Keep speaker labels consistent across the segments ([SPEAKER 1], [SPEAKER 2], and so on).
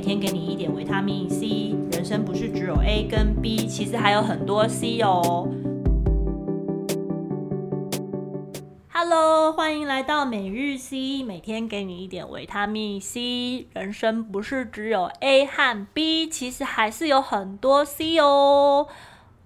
[SPEAKER 1] 天给你一点维他命 C，人生不是只有 A 跟 B，其实还有很多 C 哦。Hello，欢迎来到每日 C，每天给你一点维他命 C。人生不是只有 A 和 B，其实还是有很多 C 哦。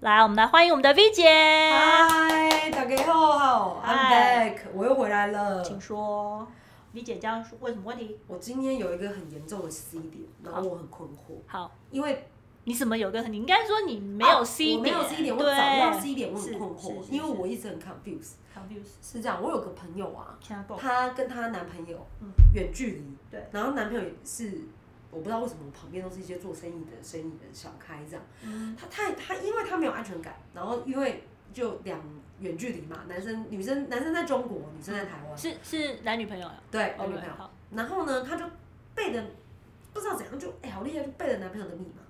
[SPEAKER 1] 来，我们来欢迎我们的 V 姐，
[SPEAKER 2] 嗨，大家好
[SPEAKER 1] 嗨
[SPEAKER 2] ，I'm back，我又回来了。
[SPEAKER 1] 请说。V 姐这样说，问什么问题？
[SPEAKER 2] 我今天有一个很严重的 C 点，然后我很困惑，
[SPEAKER 1] 好，
[SPEAKER 2] 因为啊
[SPEAKER 1] 你怎么有个？你应该说你没有 C 点，
[SPEAKER 2] 我没有 C 点，我
[SPEAKER 1] 对
[SPEAKER 2] 找不到 C 点，我
[SPEAKER 1] 是
[SPEAKER 2] 很困惑，
[SPEAKER 1] 是是
[SPEAKER 2] 因为我一直很 confused。
[SPEAKER 1] c o n f u s e
[SPEAKER 2] 是这样，我有个朋友啊，
[SPEAKER 1] 现在不好
[SPEAKER 2] 她跟她男朋友
[SPEAKER 1] 哦嗯
[SPEAKER 2] 远距离，
[SPEAKER 1] 对，
[SPEAKER 2] 然后男朋友也是。我不知道为什么我旁边都是一些做生意的生意人小开这样，
[SPEAKER 1] 嗯
[SPEAKER 2] 他太他因为他没有安全感，然后因为就两远距离嘛，男生女生男生在中国，女生在台湾，
[SPEAKER 1] 是是男女朋友呀啊
[SPEAKER 2] 对，哎哦男女朋
[SPEAKER 1] 嗯？OK，
[SPEAKER 2] 友，
[SPEAKER 1] 好，
[SPEAKER 2] 然后呢，她就背着不知道怎样就哎、好厉害，就背着男朋友的密码，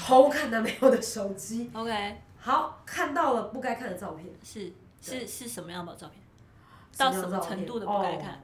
[SPEAKER 2] 偷看男朋友的手机，
[SPEAKER 1] ，OK，
[SPEAKER 2] 好看到了不该看的照片，
[SPEAKER 1] 是是是什么样的照片？到
[SPEAKER 2] 样
[SPEAKER 1] 什
[SPEAKER 2] 的
[SPEAKER 1] 么
[SPEAKER 2] 照片
[SPEAKER 1] 程度的不该看？
[SPEAKER 2] 哦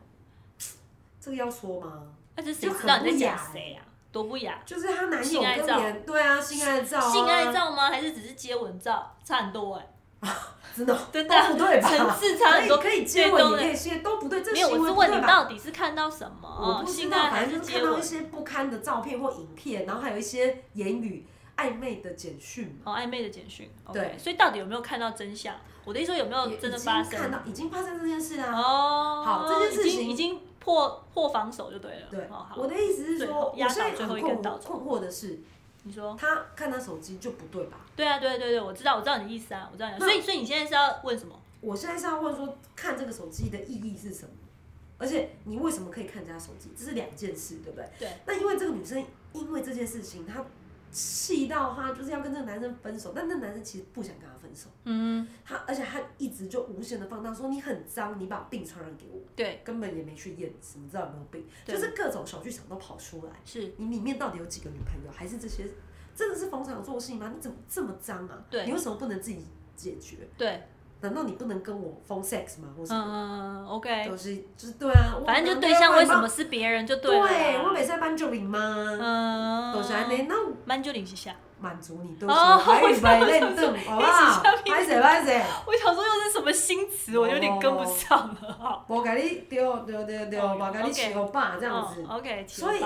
[SPEAKER 2] 这个要说吗？
[SPEAKER 1] 那是谁
[SPEAKER 2] 就
[SPEAKER 1] 知
[SPEAKER 2] 很
[SPEAKER 1] 道你在
[SPEAKER 2] 不
[SPEAKER 1] 讲
[SPEAKER 2] 雅欸
[SPEAKER 1] 谁呀？啊多不雅！
[SPEAKER 2] 就是她男友
[SPEAKER 1] 性爱
[SPEAKER 2] 跟
[SPEAKER 1] 照
[SPEAKER 2] 别人对啊，性爱照、啊，
[SPEAKER 1] 性爱照吗？还是只是接吻照？差很多哎，
[SPEAKER 2] 真的哦
[SPEAKER 1] 真
[SPEAKER 2] 都
[SPEAKER 1] 的
[SPEAKER 2] 不对吧？
[SPEAKER 1] 层次差很多。
[SPEAKER 2] 可以可以
[SPEAKER 1] 对
[SPEAKER 2] 接吻，
[SPEAKER 1] 都
[SPEAKER 2] 也可以接，都不对，这
[SPEAKER 1] 没有，
[SPEAKER 2] 行
[SPEAKER 1] 我
[SPEAKER 2] 为
[SPEAKER 1] 是
[SPEAKER 2] 不
[SPEAKER 1] 问
[SPEAKER 2] 对
[SPEAKER 1] 你
[SPEAKER 2] 吧？
[SPEAKER 1] 到底是看到什
[SPEAKER 2] 我
[SPEAKER 1] 么？
[SPEAKER 2] 不知
[SPEAKER 1] 性
[SPEAKER 2] 道，
[SPEAKER 1] 爱还
[SPEAKER 2] 反
[SPEAKER 1] 是
[SPEAKER 2] 正就是
[SPEAKER 1] 接
[SPEAKER 2] 看到
[SPEAKER 1] 吻
[SPEAKER 2] 一？些不堪的照片或影片，然后还有一些言语暧昧的简讯嘛。
[SPEAKER 1] 哦，暧昧的简讯。
[SPEAKER 2] 对，
[SPEAKER 1] 所以到底有没有看到真相？我的意思说有没有
[SPEAKER 2] 也
[SPEAKER 1] 哦真的
[SPEAKER 2] 已经
[SPEAKER 1] 发
[SPEAKER 2] 看
[SPEAKER 1] 生？
[SPEAKER 2] 到已经发生这件事啊。
[SPEAKER 1] 哦，
[SPEAKER 2] 好这件事
[SPEAKER 1] 已经
[SPEAKER 2] 情
[SPEAKER 1] 已经破破防守就对了。
[SPEAKER 2] 对
[SPEAKER 1] 哦，好
[SPEAKER 2] 我，的意思是
[SPEAKER 1] 最
[SPEAKER 2] 说，
[SPEAKER 1] 后
[SPEAKER 2] 我
[SPEAKER 1] 压倒
[SPEAKER 2] 现在
[SPEAKER 1] 最
[SPEAKER 2] 很
[SPEAKER 1] 后一
[SPEAKER 2] 困
[SPEAKER 1] 根稻
[SPEAKER 2] 惑
[SPEAKER 1] 草
[SPEAKER 2] 困惑的是，
[SPEAKER 1] 你说
[SPEAKER 2] 他看他手机就不对吧？
[SPEAKER 1] 对啊，对对对，我知道，我知道你的意思啊，我知道你的意思。
[SPEAKER 2] 那
[SPEAKER 1] 所以所以你现在是要问什么？
[SPEAKER 2] 我现在是要问说，看这个手机的意义是什么？而且你为什么可以看人家手机？这是两件事，对不对？
[SPEAKER 1] 对。
[SPEAKER 2] 那因为这个女生因为这件事情，她气到她就是要跟这个男生分手，但那男生其实不想跟她分手，
[SPEAKER 1] 嗯，
[SPEAKER 2] 他而且他一直就无限的放大说你很脏，你把病传染给我，
[SPEAKER 1] 对，
[SPEAKER 2] 根本也没去验证，你知道有没有病？
[SPEAKER 1] 对
[SPEAKER 2] 就是各种小剧场都跑出来。
[SPEAKER 1] 是
[SPEAKER 2] 你里面到底有几个女朋友？还是这些真的是逢场作戏吗？你怎么这么脏啊？
[SPEAKER 1] 对
[SPEAKER 2] 你为什么不能自己解决？
[SPEAKER 1] 对，
[SPEAKER 2] 难道你不能跟我 phone sex 吗？或
[SPEAKER 1] 嗯
[SPEAKER 2] 什么？
[SPEAKER 1] 嗯嗯，OK，
[SPEAKER 2] 都是就是对啊，
[SPEAKER 1] 反正就
[SPEAKER 2] 我
[SPEAKER 1] 对象为什么
[SPEAKER 2] 我
[SPEAKER 1] 是别人就
[SPEAKER 2] 对
[SPEAKER 1] 了啊。
[SPEAKER 2] 我每次班就领吗？
[SPEAKER 1] 嗯，
[SPEAKER 2] 都是安尼，那我
[SPEAKER 1] 慢就领一下。
[SPEAKER 2] 满足你对
[SPEAKER 1] 哦
[SPEAKER 2] 什么？还
[SPEAKER 1] 我
[SPEAKER 2] 有
[SPEAKER 1] 知道
[SPEAKER 2] 白 认证，好不好？拍谁拍谁，
[SPEAKER 1] 我想说又是什么新
[SPEAKER 2] 哦
[SPEAKER 1] 词，我有点跟不上了。
[SPEAKER 2] 我给你丢丢丢丢，
[SPEAKER 1] 哦
[SPEAKER 2] 我给你洗个爸这样子。
[SPEAKER 1] 哦、OK，
[SPEAKER 2] 所以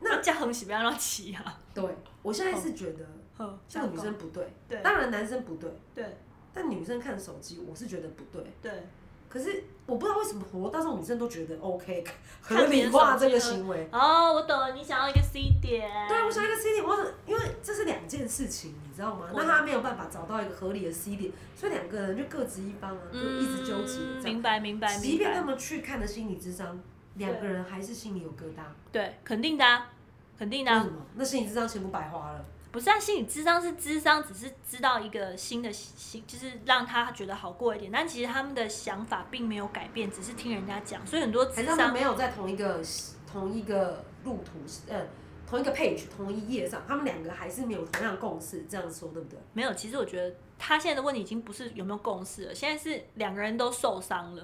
[SPEAKER 2] 那
[SPEAKER 1] 那加横喜不要让起啊。
[SPEAKER 2] 对，我现在是觉得
[SPEAKER 1] 哼
[SPEAKER 2] 这个女生不对，
[SPEAKER 1] 对
[SPEAKER 2] 当然男生不对，
[SPEAKER 1] 对
[SPEAKER 2] 但女生看手机，我是觉得不对。
[SPEAKER 1] 对，
[SPEAKER 2] 可是我不知道为什么活到这种女生都觉得 OK，
[SPEAKER 1] 看
[SPEAKER 2] 合
[SPEAKER 1] 别
[SPEAKER 2] 理
[SPEAKER 1] 人
[SPEAKER 2] 化
[SPEAKER 1] 手机嗯
[SPEAKER 2] 这个
[SPEAKER 1] 合
[SPEAKER 2] 行为。
[SPEAKER 1] 哦，我懂了，你想要一个 C 点。
[SPEAKER 2] 对，啊我想一个 C 点，我很因为这是两件事情，你知道吗？
[SPEAKER 1] 我
[SPEAKER 2] 那他没有办法找到一个合理的 C 点，所以两个人就各执一方啊，就一直纠结
[SPEAKER 1] 嗯
[SPEAKER 2] 这样。
[SPEAKER 1] 明白明白
[SPEAKER 2] 即
[SPEAKER 1] 明
[SPEAKER 2] 便
[SPEAKER 1] 白
[SPEAKER 2] 他。们去看了心理智商，两个人还是心里有疙瘩。
[SPEAKER 1] 对，肯定的、啊，肯定的、
[SPEAKER 2] 为
[SPEAKER 1] 啊
[SPEAKER 2] 什。么？那心理智商全部白花了。
[SPEAKER 1] 不是啊，心理智商是智商，只是知道一个新的新，就是让他觉得好过一点。但其实他们的想法并没有改变，只是听人家讲。所以很多智
[SPEAKER 2] 还是他们
[SPEAKER 1] 商
[SPEAKER 2] 没有在同一个同一个路途，呃，同一个 page 同一页上，他们两个还是没有同样的共识，这样说对不对？
[SPEAKER 1] 没有。其实我觉得他现在的问题已经不是有没有共识了，现在是两个人都受伤了。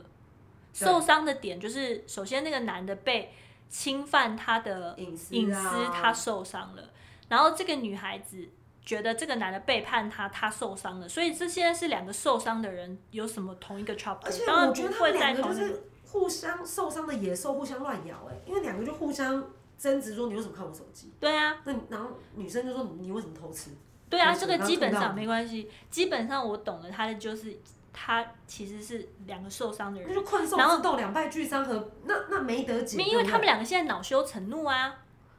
[SPEAKER 2] 对
[SPEAKER 1] 受伤的点就是，首先那个男的被侵犯他的
[SPEAKER 2] 隐私、啊、
[SPEAKER 1] 隐私，他受伤了。然后这个女孩子觉得这个男的背叛她，她受伤了。所以这现在是两个受伤的人有什么同一个
[SPEAKER 2] 而
[SPEAKER 1] trouble？
[SPEAKER 2] 且
[SPEAKER 1] 当然
[SPEAKER 2] 我
[SPEAKER 1] 不
[SPEAKER 2] 觉得他
[SPEAKER 1] 会
[SPEAKER 2] 们
[SPEAKER 1] 在
[SPEAKER 2] 两个
[SPEAKER 1] 同
[SPEAKER 2] 就
[SPEAKER 1] 一个
[SPEAKER 2] 是互相受伤的野兽，互相乱咬、哎，因为两个就互相争执说你为什么看我手机？
[SPEAKER 1] 对啊，
[SPEAKER 2] 那你然后女生就说你你为什么偷吃？
[SPEAKER 1] 对啊，
[SPEAKER 2] 没
[SPEAKER 1] 这
[SPEAKER 2] 事
[SPEAKER 1] 个基本
[SPEAKER 2] 不要
[SPEAKER 1] 上
[SPEAKER 2] 吐
[SPEAKER 1] 没关系。基本上我懂了，他的就是他其实是两个受伤的
[SPEAKER 2] 那
[SPEAKER 1] 人，
[SPEAKER 2] 就困兽
[SPEAKER 1] 嗯然后
[SPEAKER 2] 之斗，两败俱伤和那那没得解。
[SPEAKER 1] 因为因为
[SPEAKER 2] 对不对
[SPEAKER 1] 他们两个现在恼羞成怒啊，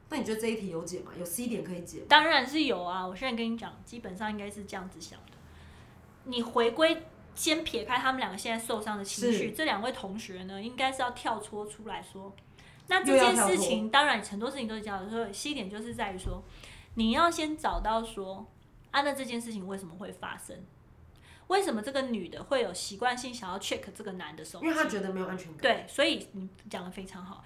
[SPEAKER 2] 那你觉得这一题有解吗？有 C 点可以解吗？
[SPEAKER 1] 当然是有啊。我现在跟你讲，基本上应该是这样子想的。你回归。先撇开他们两个现在受伤的情绪，
[SPEAKER 2] 是
[SPEAKER 1] 这两位同学呢，应该是要跳脱出来说，那这
[SPEAKER 2] 又要
[SPEAKER 1] 件
[SPEAKER 2] 跳脱
[SPEAKER 1] 事情，当然很多事情都是这样的。所以西点就是在于说，你要先找到说，啊，那这件事情为什么会发生？为什么这个女的会有习惯性想要 check 这个男的手
[SPEAKER 2] 因为
[SPEAKER 1] 机？
[SPEAKER 2] 他觉得没有安全感。
[SPEAKER 1] 对，所以你讲的非常好。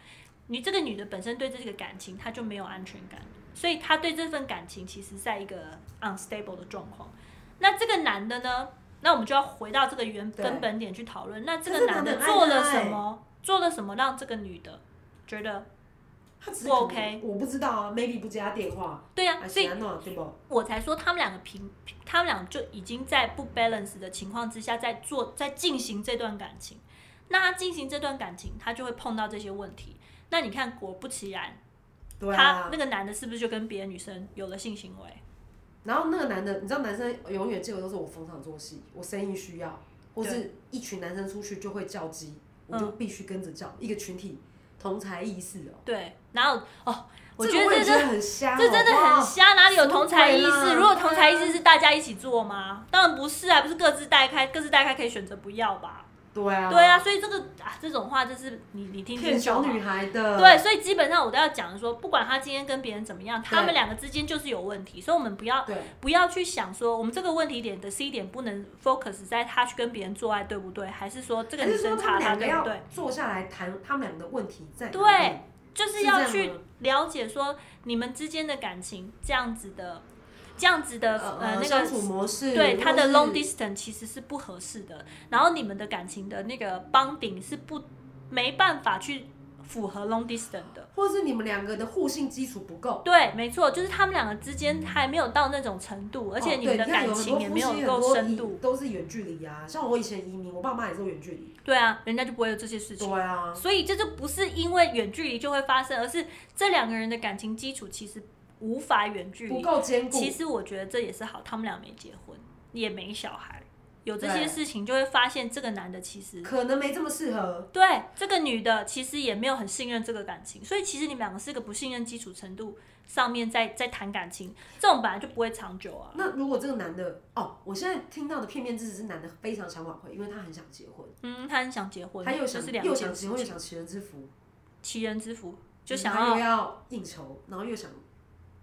[SPEAKER 1] 你这个女的本身对这个感情，她就没有安全感，所以她对这份感情其实在一个 unstable 的状况。那这个男的呢？那我们就要回到这个原
[SPEAKER 2] 对
[SPEAKER 1] 根本点去讨论。那这
[SPEAKER 2] 可
[SPEAKER 1] 个
[SPEAKER 2] 是
[SPEAKER 1] 男
[SPEAKER 2] 男
[SPEAKER 1] 的
[SPEAKER 2] 的很爱
[SPEAKER 1] 做了
[SPEAKER 2] 她
[SPEAKER 1] 什
[SPEAKER 2] 欸
[SPEAKER 1] 么？做了什么让这个女的觉得
[SPEAKER 2] 他只是
[SPEAKER 1] 不 OK
[SPEAKER 2] 我不知道啊，maybe 不接他电话，
[SPEAKER 1] 对呀、
[SPEAKER 2] 还
[SPEAKER 1] 所
[SPEAKER 2] 是
[SPEAKER 1] 以
[SPEAKER 2] 安诺对不？
[SPEAKER 1] 我才说他们两个平，他们俩就已经在不 balance 的情况之下，在做在进行这段感情。那他进行这段感情，他就会碰到这些问题。那你看，果不其然，
[SPEAKER 2] 对
[SPEAKER 1] 他
[SPEAKER 2] 啊
[SPEAKER 1] 那。个男的是不是就跟别的女生有了性行为？
[SPEAKER 2] 然后那个男的，你知道男生永远借口都是我逢场作戏，我生意需要，或是一群男生出去就会叫鸡，我
[SPEAKER 1] 嗯
[SPEAKER 2] 就必须跟着叫，一个群体同才意识哦。
[SPEAKER 1] 对，然后哦，我觉
[SPEAKER 2] 这
[SPEAKER 1] 得
[SPEAKER 2] 个我
[SPEAKER 1] 这
[SPEAKER 2] 也
[SPEAKER 1] 真
[SPEAKER 2] 觉得很瞎，
[SPEAKER 1] 这真的
[SPEAKER 2] 好不好
[SPEAKER 1] 很瞎，哪里有同才意
[SPEAKER 2] 什么鬼
[SPEAKER 1] 识？
[SPEAKER 2] 啦
[SPEAKER 1] 如果同才意识是大家一起做吗？当然不是啊，不是各自带开，各自带开可以选择不要吧？
[SPEAKER 2] 对啊，
[SPEAKER 1] 对啊，，所以这个啊这种话就是你你听听
[SPEAKER 2] 骗
[SPEAKER 1] 就
[SPEAKER 2] 小
[SPEAKER 1] 好
[SPEAKER 2] 女孩的，
[SPEAKER 1] 对，所以基本上我都要讲说，不管他今天跟别人怎么样，他们
[SPEAKER 2] 对
[SPEAKER 1] 两个之间就是有问题，所以我们不要
[SPEAKER 2] 对
[SPEAKER 1] 不要去想说，我们这个问题点的 C 点不能 focus 在他去跟别人做爱对不对，还是说这个
[SPEAKER 2] 还
[SPEAKER 1] 女
[SPEAKER 2] 是说
[SPEAKER 1] 生
[SPEAKER 2] 他
[SPEAKER 1] 查
[SPEAKER 2] 们
[SPEAKER 1] 他
[SPEAKER 2] 两个
[SPEAKER 1] 对不
[SPEAKER 2] 要
[SPEAKER 1] 对？
[SPEAKER 2] 坐下来谈他们俩的问题在哪里
[SPEAKER 1] 对，就是
[SPEAKER 2] 是这样
[SPEAKER 1] 要
[SPEAKER 2] 吗
[SPEAKER 1] 去了解说你们之间的感情这样子的，这样子的呃那
[SPEAKER 2] 相
[SPEAKER 1] 个
[SPEAKER 2] 处模式，
[SPEAKER 1] 对它的
[SPEAKER 2] 或是
[SPEAKER 1] long distance 其实是不合适的，然后你们的感情的那个 bonding 是不没办法去符合 long distance 的。
[SPEAKER 2] 或是你们两个的互信基础不够，
[SPEAKER 1] 对，没错，就是他们两个之间还没有到那种程度，而且
[SPEAKER 2] 哦
[SPEAKER 1] 你们的
[SPEAKER 2] 对看
[SPEAKER 1] 感情也没有够深度。
[SPEAKER 2] 很多夫妻很多移都是远距离啊。像我以前移民，我爸妈也是远距离，
[SPEAKER 1] 对啊，人家就不会有这些事情。
[SPEAKER 2] 对啊，
[SPEAKER 1] 所以这就不是因为远距离就会发生，而是这两个人的感情基础其实无法远距
[SPEAKER 2] 不
[SPEAKER 1] 离。
[SPEAKER 2] 够坚固。
[SPEAKER 1] 其实我觉得这也是好，他们俩没结婚，也没小孩，有这
[SPEAKER 2] 对
[SPEAKER 1] 些事情就会发现这个男的其实
[SPEAKER 2] 可能没这么适合，
[SPEAKER 1] 对这个女的其实也没有很信任这个感情，所以其实你们两个是个不信任基础程度上面在在谈感情，这种本来就不会长久啊。
[SPEAKER 2] 那如果这个男的哦，我现在听到的片面之词是男的非常想挽回，因为他很想结婚，
[SPEAKER 1] 嗯，他很想结婚，
[SPEAKER 2] 他又
[SPEAKER 1] 这
[SPEAKER 2] 想
[SPEAKER 1] 是两
[SPEAKER 2] 又想
[SPEAKER 1] 件
[SPEAKER 2] 结
[SPEAKER 1] 事
[SPEAKER 2] 婚又
[SPEAKER 1] 情，
[SPEAKER 2] 想祈人之福，
[SPEAKER 1] 齐人之福，就
[SPEAKER 2] 嗯
[SPEAKER 1] 想
[SPEAKER 2] 他
[SPEAKER 1] 要、
[SPEAKER 2] 又要应酬，然后又想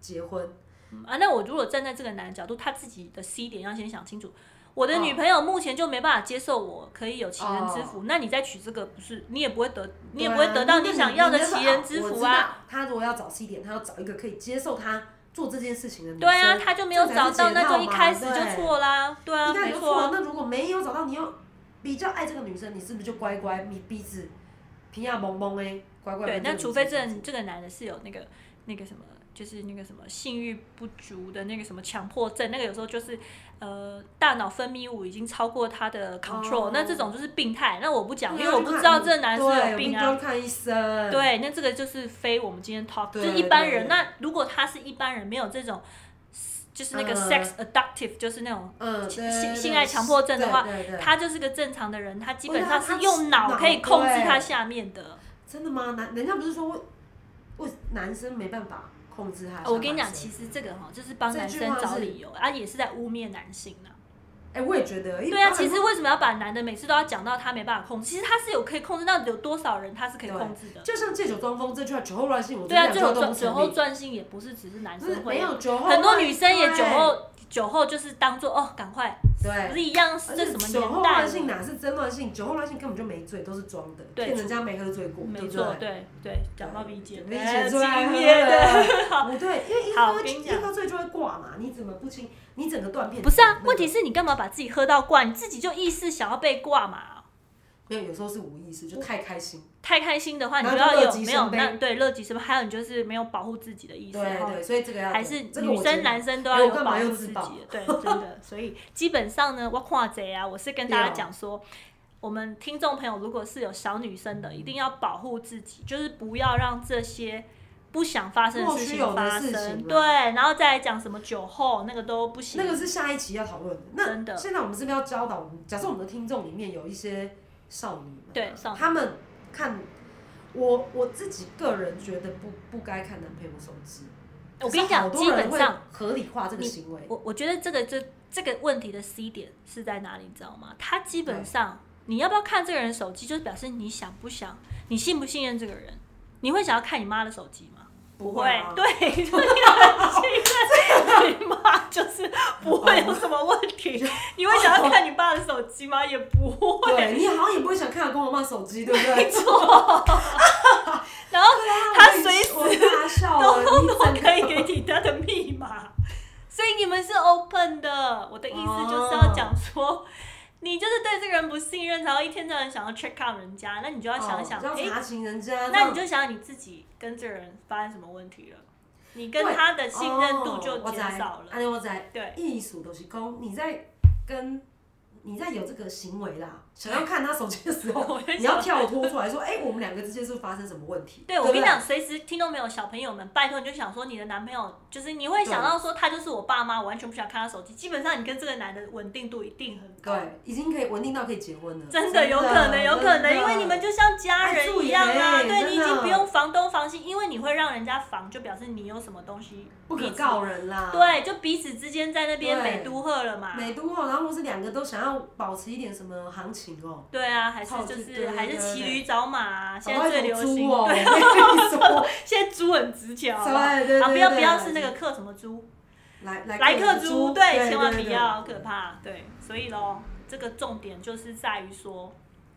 [SPEAKER 2] 结婚，
[SPEAKER 1] 嗯啊。那我如果站在这个男的角度，他自己的 C 点要先想清楚。我的
[SPEAKER 2] 哦
[SPEAKER 1] 女朋友目前就没办法接受我可以有齐人之福，那你再娶这个不是你也不会得，你也不会
[SPEAKER 2] 对啊
[SPEAKER 1] 得到你
[SPEAKER 2] 那
[SPEAKER 1] 想要的
[SPEAKER 2] 那时候
[SPEAKER 1] 齐人之
[SPEAKER 2] 我
[SPEAKER 1] 福
[SPEAKER 2] 知
[SPEAKER 1] 啊。
[SPEAKER 2] 道他如果要找 C 点，他要找一个可以接受他做这件事情的女生。
[SPEAKER 1] 对啊，他就没有找到，那就一开始就错啦。对啊，
[SPEAKER 2] 一开
[SPEAKER 1] 没
[SPEAKER 2] 始就
[SPEAKER 1] 错
[SPEAKER 2] 错了。
[SPEAKER 1] 啊。
[SPEAKER 2] 那如果没有找到，你又比较爱这个女生，你是不是就乖乖你鼻子平下蒙蒙哎，乖乖
[SPEAKER 1] 对，
[SPEAKER 2] 跟这个
[SPEAKER 1] 那
[SPEAKER 2] 女生
[SPEAKER 1] 除非
[SPEAKER 2] 在一
[SPEAKER 1] 这
[SPEAKER 2] 起
[SPEAKER 1] 这个男的是有那个那个什么，就是那个什么性欲不足的那个什么强迫症，那个有时候就是呃大脑分泌物已经超过他的 control，、
[SPEAKER 2] 哦
[SPEAKER 1] 那这种就是病态。那我不讲，
[SPEAKER 2] 对
[SPEAKER 1] 因
[SPEAKER 2] 啊
[SPEAKER 1] 为我不知道这男是
[SPEAKER 2] 对
[SPEAKER 1] 有
[SPEAKER 2] 有
[SPEAKER 1] 病
[SPEAKER 2] 都要
[SPEAKER 1] 啊。
[SPEAKER 2] 看医生。
[SPEAKER 1] 对，那这个就是非我们今天 talk，就
[SPEAKER 2] 对
[SPEAKER 1] 是一般
[SPEAKER 2] 对
[SPEAKER 1] 人。
[SPEAKER 2] 对
[SPEAKER 1] 那如果他是一般人，没有这种，就是那个
[SPEAKER 2] 嗯
[SPEAKER 1] sex adductive，、就是那种
[SPEAKER 2] 嗯，对
[SPEAKER 1] 性性爱强迫症的话
[SPEAKER 2] 对对对
[SPEAKER 1] 他就是个正常的人，他基
[SPEAKER 2] 我觉
[SPEAKER 1] 本
[SPEAKER 2] 得
[SPEAKER 1] 上
[SPEAKER 2] 他
[SPEAKER 1] 是用
[SPEAKER 2] 脑
[SPEAKER 1] 脑可以控制
[SPEAKER 2] 对
[SPEAKER 1] 他下面的。
[SPEAKER 2] 真的吗？男人家不是说为为男生没办法控制他的下半身？
[SPEAKER 1] 哦我跟你讲，其实这个哈，就是帮男
[SPEAKER 2] 这句
[SPEAKER 1] 生
[SPEAKER 2] 话是
[SPEAKER 1] 找理由，啊，也是在污蔑男性啊。
[SPEAKER 2] 哎，我也觉得，
[SPEAKER 1] 对啊，其实为什么要把男的每次都要讲到他没办法控制？其实他是有可以控制，到有多少人他是可以
[SPEAKER 2] 对
[SPEAKER 1] 控制的？
[SPEAKER 2] 就像借酒装疯这句话，酒后乱性，我觉
[SPEAKER 1] 对
[SPEAKER 2] 得
[SPEAKER 1] 啊，
[SPEAKER 2] 两句
[SPEAKER 1] 最
[SPEAKER 2] 话
[SPEAKER 1] 后转
[SPEAKER 2] 都不
[SPEAKER 1] 酒
[SPEAKER 2] 成
[SPEAKER 1] 后
[SPEAKER 2] 立。
[SPEAKER 1] 专心也不是只是男
[SPEAKER 2] 不是
[SPEAKER 1] 生
[SPEAKER 2] 没
[SPEAKER 1] 会啊，
[SPEAKER 2] 有酒后乱，
[SPEAKER 1] 很多女生也酒
[SPEAKER 2] 对
[SPEAKER 1] 后酒后就是当做哦，赶快，不
[SPEAKER 2] 对。
[SPEAKER 1] 是一样，
[SPEAKER 2] 而
[SPEAKER 1] 这
[SPEAKER 2] 且
[SPEAKER 1] 什么
[SPEAKER 2] 酒后
[SPEAKER 1] 年代
[SPEAKER 2] 乱
[SPEAKER 1] 了？
[SPEAKER 2] 性哪是真乱性？酒后乱性根本就没醉，都是装的，
[SPEAKER 1] 对
[SPEAKER 2] 骗人家没喝醉过，对
[SPEAKER 1] 没
[SPEAKER 2] 不
[SPEAKER 1] 错
[SPEAKER 2] 对，？
[SPEAKER 1] 对对，讲到 V 姐，
[SPEAKER 2] V
[SPEAKER 1] 哎
[SPEAKER 2] 姐最爱喝
[SPEAKER 1] 敬业的。
[SPEAKER 2] 了，不对，因为一
[SPEAKER 1] 好
[SPEAKER 2] 喝
[SPEAKER 1] 我跟你讲
[SPEAKER 2] 一喝醉就会挂嘛，你怎么不清？你整个断片。
[SPEAKER 1] 不是啊
[SPEAKER 2] 那，个
[SPEAKER 1] 问题是你干嘛把自己喝到挂？你自己就意识想要被挂嘛？
[SPEAKER 2] 没有，有时候是无意识，就太开心。
[SPEAKER 1] 太开心的话，你
[SPEAKER 2] 然
[SPEAKER 1] 就
[SPEAKER 2] 后
[SPEAKER 1] 要
[SPEAKER 2] 就乐
[SPEAKER 1] 有
[SPEAKER 2] 极
[SPEAKER 1] 没有
[SPEAKER 2] 生悲
[SPEAKER 1] 那对乐极生悲，还有你就是没有保护自己的意识，然后
[SPEAKER 2] 对对，所以这个要
[SPEAKER 1] 还是
[SPEAKER 2] 这个我
[SPEAKER 1] 女
[SPEAKER 2] 觉得
[SPEAKER 1] 生男生都
[SPEAKER 2] 哎
[SPEAKER 1] 要
[SPEAKER 2] 我
[SPEAKER 1] 有
[SPEAKER 2] 干
[SPEAKER 1] 保
[SPEAKER 2] 嘛
[SPEAKER 1] 护
[SPEAKER 2] 又
[SPEAKER 1] 自己
[SPEAKER 2] 自爆
[SPEAKER 1] 的，对，真的。所以基本上呢，我跨贼啊，我是跟大家
[SPEAKER 2] 对哦
[SPEAKER 1] 讲说。我们听众朋友，如果是有小女生的，一定要保护自己，就是不要让这些不想发生的
[SPEAKER 2] 莫
[SPEAKER 1] 事
[SPEAKER 2] 须
[SPEAKER 1] 情
[SPEAKER 2] 有的
[SPEAKER 1] 发
[SPEAKER 2] 事
[SPEAKER 1] 生。
[SPEAKER 2] 情啊
[SPEAKER 1] 对，然后再来讲什么酒后那个都不行。
[SPEAKER 2] 那个是下一期要讨论的。
[SPEAKER 1] 真的
[SPEAKER 2] 那现在我们是不是要教导我们？假设我们的听众里面有一些少女们啊，
[SPEAKER 1] 对少女
[SPEAKER 2] 他们看我我自己个人觉得不不该看男朋友手机。
[SPEAKER 1] 我跟你讲，
[SPEAKER 2] 可是
[SPEAKER 1] 基
[SPEAKER 2] 好多人
[SPEAKER 1] 本上
[SPEAKER 2] 会合理化这个
[SPEAKER 1] 你
[SPEAKER 2] 行为，
[SPEAKER 1] 我我觉得这个这这个问题的 C 点是在哪里，你知道吗？他基本上你要不要看这个人手机，就是表示你想不想，你信不信任这个人。你会想要看你妈的手机吗？
[SPEAKER 2] 不
[SPEAKER 1] 会，
[SPEAKER 2] 啊。
[SPEAKER 1] 对，就是你很信任你妈，就是不会有什么问题。你会想要看你爸的手机吗？也不会。
[SPEAKER 2] 对你好像也不会想看我跟我妈手机，对不对？
[SPEAKER 1] 然后他随时
[SPEAKER 2] 我被我大笑了，
[SPEAKER 1] 都
[SPEAKER 2] 你
[SPEAKER 1] 都
[SPEAKER 2] 整
[SPEAKER 1] 可以
[SPEAKER 2] 个
[SPEAKER 1] 给你他的 哦密码，所以你们是 open 的。我的意思就是要讲说，你就是对这个人不信任，然后一天到晚想要 check out 人家，那你就要想想，
[SPEAKER 2] 要
[SPEAKER 1] 哎、
[SPEAKER 2] 查勤人
[SPEAKER 1] 那
[SPEAKER 2] 家，
[SPEAKER 1] 你
[SPEAKER 2] 这样
[SPEAKER 1] 就想想你自己跟这个人发生什么问题了，你跟
[SPEAKER 2] 对
[SPEAKER 1] 他的信任度就
[SPEAKER 2] 哦我知
[SPEAKER 1] 减少了。
[SPEAKER 2] 安尼我知，
[SPEAKER 1] 对，
[SPEAKER 2] 艺术都是讲你在跟你在有这个行为啦，想要看他手机的时候，
[SPEAKER 1] 我就
[SPEAKER 2] 你要跳脱出来说，哎、我们两个之间是不是发生什么问题？
[SPEAKER 1] 对，我
[SPEAKER 2] 不
[SPEAKER 1] 跟你讲，随时听众朋友、小朋友们，拜托你就想说，你的男朋友就是你会想到说他就是我爸妈，我完全不想看他手机。基本上你跟这个男的稳定度一定很高，
[SPEAKER 2] 对，已经可以稳定到可以结婚了，
[SPEAKER 1] 真的有可能，有可
[SPEAKER 2] 真的
[SPEAKER 1] 能，因为你们就像家
[SPEAKER 2] 哎注
[SPEAKER 1] 人
[SPEAKER 2] 意
[SPEAKER 1] 一样啊，
[SPEAKER 2] 哎真
[SPEAKER 1] 对
[SPEAKER 2] 的
[SPEAKER 1] 你已经不用防东防西，因为你会让人家防，就表示你有什么东西
[SPEAKER 2] 不可
[SPEAKER 1] 彼此
[SPEAKER 2] 告人啦，。
[SPEAKER 1] 对，啊就彼此之间在那边
[SPEAKER 2] 对
[SPEAKER 1] 美都赫了嘛。
[SPEAKER 2] 美都后，哦然后或是两个都想要保持一点什么行情哦、
[SPEAKER 1] 对啊，还是
[SPEAKER 2] 靠
[SPEAKER 1] 就
[SPEAKER 2] 近
[SPEAKER 1] 是
[SPEAKER 2] 对
[SPEAKER 1] 还是
[SPEAKER 2] 对对
[SPEAKER 1] 骑
[SPEAKER 2] 对
[SPEAKER 1] 驴找马啊，现
[SPEAKER 2] 搞
[SPEAKER 1] 在
[SPEAKER 2] 到一
[SPEAKER 1] 最
[SPEAKER 2] 种
[SPEAKER 1] 流行。
[SPEAKER 2] 猪哦、
[SPEAKER 1] 对，
[SPEAKER 2] 我
[SPEAKER 1] 现在猪很值钱，好不好？
[SPEAKER 2] 跟你说，对对对
[SPEAKER 1] 啊，不要不要
[SPEAKER 2] 对
[SPEAKER 1] 是那个克什么猪，
[SPEAKER 2] 来来
[SPEAKER 1] 莱克
[SPEAKER 2] 猪，
[SPEAKER 1] 猪，对，千万不要，好可。怕。对，所以咯，这个重点就是在于说，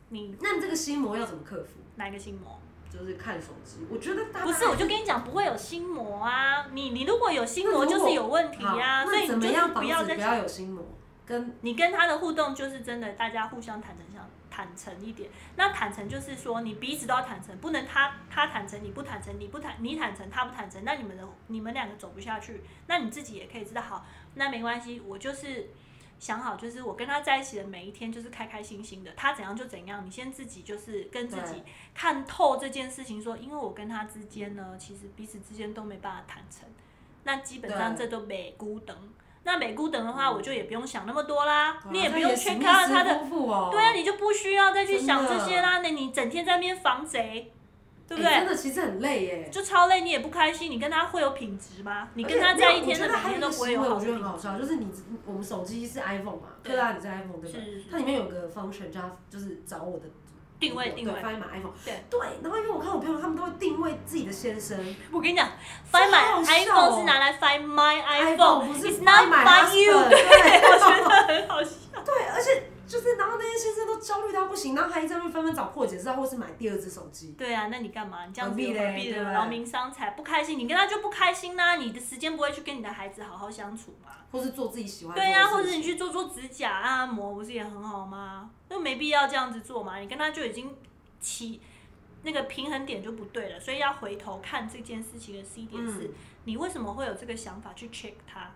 [SPEAKER 1] 你
[SPEAKER 2] 那你这个心魔要怎么克服？
[SPEAKER 1] 哪一个心魔？
[SPEAKER 2] 就是看手机，我觉得大家
[SPEAKER 1] 不是，我就跟你讲，不会有心魔啊。你你如果有心魔，
[SPEAKER 2] 那如
[SPEAKER 1] 就
[SPEAKER 2] 果
[SPEAKER 1] 是有问题
[SPEAKER 2] 好
[SPEAKER 1] 啊。所以
[SPEAKER 2] 那
[SPEAKER 1] 你
[SPEAKER 2] 怎么
[SPEAKER 1] 就是
[SPEAKER 2] 样防
[SPEAKER 1] 不
[SPEAKER 2] 止
[SPEAKER 1] 要
[SPEAKER 2] 不
[SPEAKER 1] 再
[SPEAKER 2] 要有心魔？跟
[SPEAKER 1] 你跟他的互动就是真的，大家互相坦诚相坦诚一点。那坦诚就是说，你彼此都要坦诚，不能他他坦诚你不坦诚，你不坦你坦诚他不坦诚，那你们的你们两个走不下去，那你自己也可以知道，好，那没关系，我就是想好，就是我跟他在一起的每一天就是开开心心的，他怎样就怎样，你先自己就是跟自己看透这件事情说因为我跟他之间呢，其实彼此之间都没办法坦诚，那基本上这
[SPEAKER 2] 对
[SPEAKER 1] 都美孤等。那美孤等的话，我就也不用想那么多啦，
[SPEAKER 2] 对啊
[SPEAKER 1] 你也
[SPEAKER 2] 这
[SPEAKER 1] 不用
[SPEAKER 2] 史
[SPEAKER 1] 去
[SPEAKER 2] 密
[SPEAKER 1] 看
[SPEAKER 2] 斯
[SPEAKER 1] 他的，
[SPEAKER 2] 夫妇哦，
[SPEAKER 1] 对啊，你就不需要再去
[SPEAKER 2] 真
[SPEAKER 1] 想
[SPEAKER 2] 的
[SPEAKER 1] 这些啦。那你整天在那边防贼，对不
[SPEAKER 2] 哎
[SPEAKER 1] 对？
[SPEAKER 2] 真的其实很累耶。
[SPEAKER 1] 就超累，你也不开心，你跟他会有品质吗？你跟
[SPEAKER 2] 而
[SPEAKER 1] 他
[SPEAKER 2] 且
[SPEAKER 1] 在
[SPEAKER 2] 没有
[SPEAKER 1] 一天的
[SPEAKER 2] 我觉得
[SPEAKER 1] 每
[SPEAKER 2] 还有
[SPEAKER 1] 天
[SPEAKER 2] 一
[SPEAKER 1] 都
[SPEAKER 2] 个
[SPEAKER 1] 不会
[SPEAKER 2] 行
[SPEAKER 1] 有
[SPEAKER 2] 为，
[SPEAKER 1] 好
[SPEAKER 2] 我
[SPEAKER 1] 的
[SPEAKER 2] 觉得很
[SPEAKER 1] 品
[SPEAKER 2] 好
[SPEAKER 1] 质。
[SPEAKER 2] 笑，就是你我们手机是 iPhone 嘛，
[SPEAKER 1] 对
[SPEAKER 2] 对啊，你是 iPhone 对吧？
[SPEAKER 1] 是是
[SPEAKER 2] 它里面有个 function 叫就是找我的
[SPEAKER 1] 定位
[SPEAKER 2] 对
[SPEAKER 1] 定位
[SPEAKER 2] ，Find My iPhone。
[SPEAKER 1] 对
[SPEAKER 2] 对，然后因为我看我朋友他们都会定位自己的先生
[SPEAKER 1] 我跟你讲
[SPEAKER 2] 这
[SPEAKER 1] ，Find
[SPEAKER 2] 好
[SPEAKER 1] My
[SPEAKER 2] 好笑
[SPEAKER 1] iPhone
[SPEAKER 2] 哦
[SPEAKER 1] 是拿来 Find My
[SPEAKER 2] iPhone 不
[SPEAKER 1] iPhone，It's
[SPEAKER 2] 是
[SPEAKER 1] not
[SPEAKER 2] My
[SPEAKER 1] Find You，
[SPEAKER 2] husband，对，
[SPEAKER 1] 我觉得很好笑。
[SPEAKER 2] 对，而且就是然后那些先生都焦虑到不行，然后还在那边纷纷找破解之道，或是买第二只手机。
[SPEAKER 1] 对啊，那你干嘛？你这样子
[SPEAKER 2] 何必
[SPEAKER 1] 有
[SPEAKER 2] 嘞
[SPEAKER 1] 何必
[SPEAKER 2] 对
[SPEAKER 1] 呢？
[SPEAKER 2] 不对
[SPEAKER 1] 劳民伤财，不开心，你跟他就不开心啦、你的时间不会去跟你的孩子好好相处嘛。
[SPEAKER 2] 或是做自己喜啊欢做的
[SPEAKER 1] 对
[SPEAKER 2] 事
[SPEAKER 1] 呀、
[SPEAKER 2] 情。
[SPEAKER 1] 或者你去做做指甲、按摩，不是也很好吗？那没必要这样子做嘛，你跟他就已经起那个平衡点就不对了，所以要回头看这件事情的 C 点是，
[SPEAKER 2] 嗯
[SPEAKER 1] 你为什么会有这个想法去 check 它？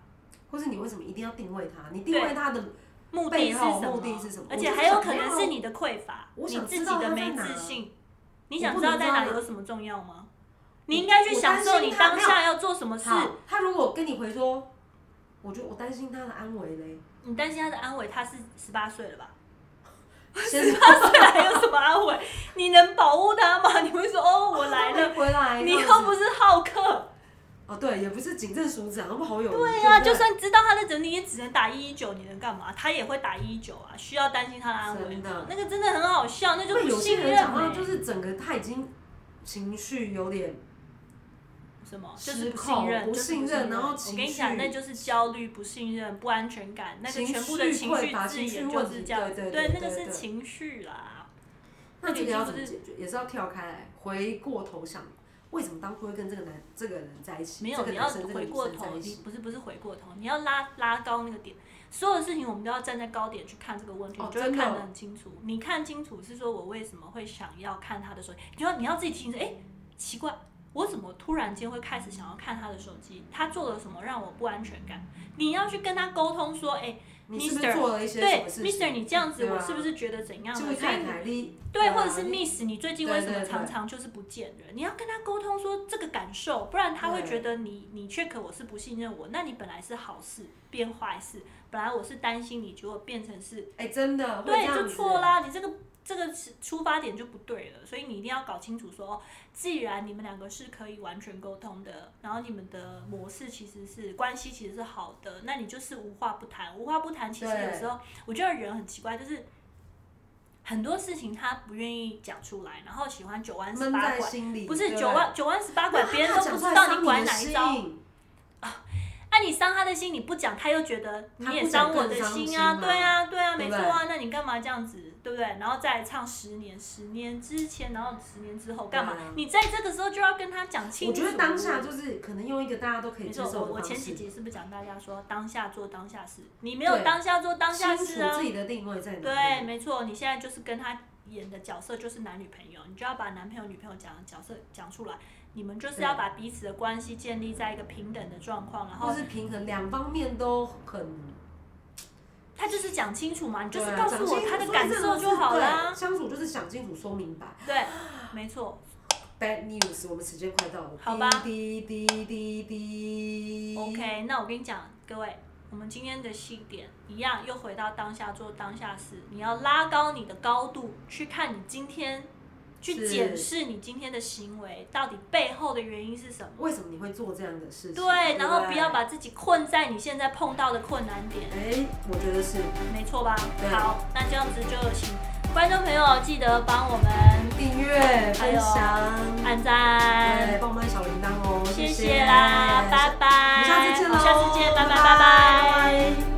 [SPEAKER 2] 或是你为什么一定要定位他？你定位他的，
[SPEAKER 1] 目的是什
[SPEAKER 2] 背
[SPEAKER 1] 么？
[SPEAKER 2] 后目的是什么
[SPEAKER 1] 而且还有可能是你的匮乏，
[SPEAKER 2] 我
[SPEAKER 1] 你
[SPEAKER 2] 想
[SPEAKER 1] 自己
[SPEAKER 2] 知道
[SPEAKER 1] 的
[SPEAKER 2] 它在
[SPEAKER 1] 没
[SPEAKER 2] 哪
[SPEAKER 1] 自信。你想
[SPEAKER 2] 我不
[SPEAKER 1] 知道
[SPEAKER 2] 能
[SPEAKER 1] 在
[SPEAKER 2] 知道
[SPEAKER 1] 哪
[SPEAKER 2] 它
[SPEAKER 1] 有什么重要吗？你应该去享受你当下要做什么事。
[SPEAKER 2] 好，他如果跟你回说，我就我担心他的安危 嘞。
[SPEAKER 1] 你担心他的安危，他是十八岁了吧？
[SPEAKER 2] 先
[SPEAKER 1] 十八岁还有什么安慰？你能保护他吗？你会说哦，我来了，
[SPEAKER 2] 回来，
[SPEAKER 1] 你
[SPEAKER 2] 这样
[SPEAKER 1] 又不
[SPEAKER 2] 子
[SPEAKER 1] 是好客。
[SPEAKER 2] 哦，对，也不是警政署长，不好友。
[SPEAKER 1] 对
[SPEAKER 2] 对
[SPEAKER 1] 呀、
[SPEAKER 2] 不
[SPEAKER 1] 就啊
[SPEAKER 2] 对
[SPEAKER 1] 算知道他在整理，也只能打一一九，你能干嘛？他也会打一一九啊，需要担心他的安危
[SPEAKER 2] 真
[SPEAKER 1] 吗
[SPEAKER 2] 的？
[SPEAKER 1] 那个真的很好笑，那就
[SPEAKER 2] 会
[SPEAKER 1] 不
[SPEAKER 2] 有
[SPEAKER 1] 信
[SPEAKER 2] 些人
[SPEAKER 1] 任、
[SPEAKER 2] 讲话
[SPEAKER 1] 欸。
[SPEAKER 2] 就是整个他已经情绪有点
[SPEAKER 1] 什么？就
[SPEAKER 2] 失
[SPEAKER 1] 是不
[SPEAKER 2] 控
[SPEAKER 1] 信任，
[SPEAKER 2] 不
[SPEAKER 1] 就是
[SPEAKER 2] 信任然后
[SPEAKER 1] 我
[SPEAKER 2] 情
[SPEAKER 1] 跟你讲，
[SPEAKER 2] 绪
[SPEAKER 1] 那就是焦虑、不信任、不安全感，那个
[SPEAKER 2] 情
[SPEAKER 1] 全部的
[SPEAKER 2] 绪
[SPEAKER 1] 情
[SPEAKER 2] 匮
[SPEAKER 1] 绪
[SPEAKER 2] 乏
[SPEAKER 1] 字
[SPEAKER 2] 情绪
[SPEAKER 1] 眼就
[SPEAKER 2] 问
[SPEAKER 1] 是
[SPEAKER 2] 题
[SPEAKER 1] 这样
[SPEAKER 2] 对
[SPEAKER 1] 子。
[SPEAKER 2] 对对
[SPEAKER 1] 那个
[SPEAKER 2] 对
[SPEAKER 1] 是
[SPEAKER 2] 对
[SPEAKER 1] 情绪啦。
[SPEAKER 2] 那这个要怎
[SPEAKER 1] 那
[SPEAKER 2] 么
[SPEAKER 1] 你是
[SPEAKER 2] 解决？也是要跳开来，回过头想，为什么当初会跟这个男这个人在一起？
[SPEAKER 1] 没有，
[SPEAKER 2] 这个
[SPEAKER 1] 你要
[SPEAKER 2] 男生这个
[SPEAKER 1] 回
[SPEAKER 2] 女
[SPEAKER 1] 过
[SPEAKER 2] 生在
[SPEAKER 1] 头，
[SPEAKER 2] 一
[SPEAKER 1] 你
[SPEAKER 2] 起
[SPEAKER 1] 不是不是回过头，你要拉拉高那个点。所有的事情我们都要站在高点去看这个问题，
[SPEAKER 2] 哦
[SPEAKER 1] 你就会
[SPEAKER 2] 真的
[SPEAKER 1] 看得很清楚。你看清楚是说我为什么会想要看他的手机，你要你要自己听着，哎、奇怪，我怎么突然间会开始想要看他的手机？他做了什么让我不安全感？你要去跟他沟通说，哎、
[SPEAKER 2] 你是不
[SPEAKER 1] Mr.
[SPEAKER 2] 是做了一些什
[SPEAKER 1] 对
[SPEAKER 2] 么事情
[SPEAKER 1] ，Mister，你这样子，
[SPEAKER 2] 对啊
[SPEAKER 1] 我是不是觉得怎样
[SPEAKER 2] 就
[SPEAKER 1] 呢？
[SPEAKER 2] 会
[SPEAKER 1] 所以
[SPEAKER 2] 太
[SPEAKER 1] 你
[SPEAKER 2] 太力，
[SPEAKER 1] 对，
[SPEAKER 2] 啊
[SPEAKER 1] 或者是
[SPEAKER 2] 你
[SPEAKER 1] miss，你最近为什么
[SPEAKER 2] 对对
[SPEAKER 1] 常常就是不见人？你要跟他沟通说这个感受，不然他会
[SPEAKER 2] 对
[SPEAKER 1] 觉得你你 check 我是不信任我，那你本来是好事变坏事，本来我是担心你，结果变成是，
[SPEAKER 2] 哎、真的会这
[SPEAKER 1] 对，
[SPEAKER 2] 样
[SPEAKER 1] 就
[SPEAKER 2] 子
[SPEAKER 1] 错啦，你这个这个是出发点就不对了，所以你一定要搞清楚说，哦，既然你们两个是可以完全沟通的，然后你们的模式其实是关系其实是好的，那你就是无话不谈，无话不谈其实有
[SPEAKER 2] 对
[SPEAKER 1] 时候。我觉得人很奇怪，就是很多事情他不愿意讲出来，然后喜欢九弯十
[SPEAKER 2] 闷
[SPEAKER 1] 八
[SPEAKER 2] 在
[SPEAKER 1] 拐，
[SPEAKER 2] 心里，
[SPEAKER 1] 不是
[SPEAKER 2] 对
[SPEAKER 1] 九弯九弯十八
[SPEAKER 2] 他
[SPEAKER 1] 拐，
[SPEAKER 2] 怕
[SPEAKER 1] 别人都
[SPEAKER 2] 讲
[SPEAKER 1] 不
[SPEAKER 2] 出
[SPEAKER 1] 知
[SPEAKER 2] 来
[SPEAKER 1] 道
[SPEAKER 2] 伤
[SPEAKER 1] 你拐
[SPEAKER 2] 的
[SPEAKER 1] 哪一招。
[SPEAKER 2] 心
[SPEAKER 1] 啊，那、你伤他的心，你不讲，他又觉得你
[SPEAKER 2] 他
[SPEAKER 1] 也
[SPEAKER 2] 不讲
[SPEAKER 1] 伤我的
[SPEAKER 2] 更伤
[SPEAKER 1] 心
[SPEAKER 2] 心
[SPEAKER 1] 啊，
[SPEAKER 2] 嘛
[SPEAKER 1] 对啊，对啊，
[SPEAKER 2] 对
[SPEAKER 1] 没
[SPEAKER 2] 不
[SPEAKER 1] 错
[SPEAKER 2] 对
[SPEAKER 1] 啊，那你干嘛这样子，对不对？然后再唱十年，十年之前，然后十年之后干嘛
[SPEAKER 2] 对啊？
[SPEAKER 1] 你在这个时候就要跟他讲清
[SPEAKER 2] 我
[SPEAKER 1] 楚。
[SPEAKER 2] 觉得当下就是可能用一个大家都可以
[SPEAKER 1] 没
[SPEAKER 2] 接
[SPEAKER 1] 错，
[SPEAKER 2] 受的
[SPEAKER 1] 我
[SPEAKER 2] 方式，
[SPEAKER 1] 我前几集是不是讲大家说当下做当下事？你没有
[SPEAKER 2] 对
[SPEAKER 1] 当下做当下事
[SPEAKER 2] 清
[SPEAKER 1] 啊
[SPEAKER 2] 楚自，己的定位在哪里。
[SPEAKER 1] 对，没错，你现在就是跟他演的角色就是男女朋友，你就要把男朋友、女朋友讲的角色讲出来，你们就是要
[SPEAKER 2] 对
[SPEAKER 1] 把彼此的关系建立在一个平等的状况，然后
[SPEAKER 2] 或是平衡两方面都很，
[SPEAKER 1] 他就是讲清楚嘛，你就是
[SPEAKER 2] 对啊
[SPEAKER 1] 告诉
[SPEAKER 2] 讲清
[SPEAKER 1] 我
[SPEAKER 2] 楚
[SPEAKER 1] 他的
[SPEAKER 2] 所以
[SPEAKER 1] 感
[SPEAKER 2] 这种
[SPEAKER 1] 受
[SPEAKER 2] 是
[SPEAKER 1] 就好
[SPEAKER 2] 对
[SPEAKER 1] 啦。
[SPEAKER 2] 相处就是想清楚说明白。
[SPEAKER 1] 对，没错。
[SPEAKER 2] Bad news，我们时间快到了。
[SPEAKER 1] 好吧
[SPEAKER 2] 滴滴滴滴滴。
[SPEAKER 1] OK，那我跟你讲，各位，我们今天的细点一样，又回到当下做当下事，你要拉高你的高度，去看你今天，去
[SPEAKER 2] 是
[SPEAKER 1] 检视你今天的行为到底背后的原因是什么。
[SPEAKER 2] 为什么你会做这样的事情？
[SPEAKER 1] 对，然后
[SPEAKER 2] 对
[SPEAKER 1] 不要。把自己困在你现在碰到的困难点。
[SPEAKER 2] 哎，我觉得是
[SPEAKER 1] 没错吧
[SPEAKER 2] 对？
[SPEAKER 1] 好，那这样子就请观众朋友记得帮我们
[SPEAKER 2] 订阅、
[SPEAKER 1] 还
[SPEAKER 2] 分
[SPEAKER 1] 有
[SPEAKER 2] 享，
[SPEAKER 1] 按
[SPEAKER 2] 对，
[SPEAKER 1] 赞，
[SPEAKER 2] 帮我们按小铃铛哦。
[SPEAKER 1] 谢
[SPEAKER 2] 谢
[SPEAKER 1] 啦，拜拜，
[SPEAKER 2] 我们下次见
[SPEAKER 1] 我
[SPEAKER 2] 喽，
[SPEAKER 1] 们下次见，拜拜，
[SPEAKER 2] 拜
[SPEAKER 1] 拜拜。
[SPEAKER 2] 拜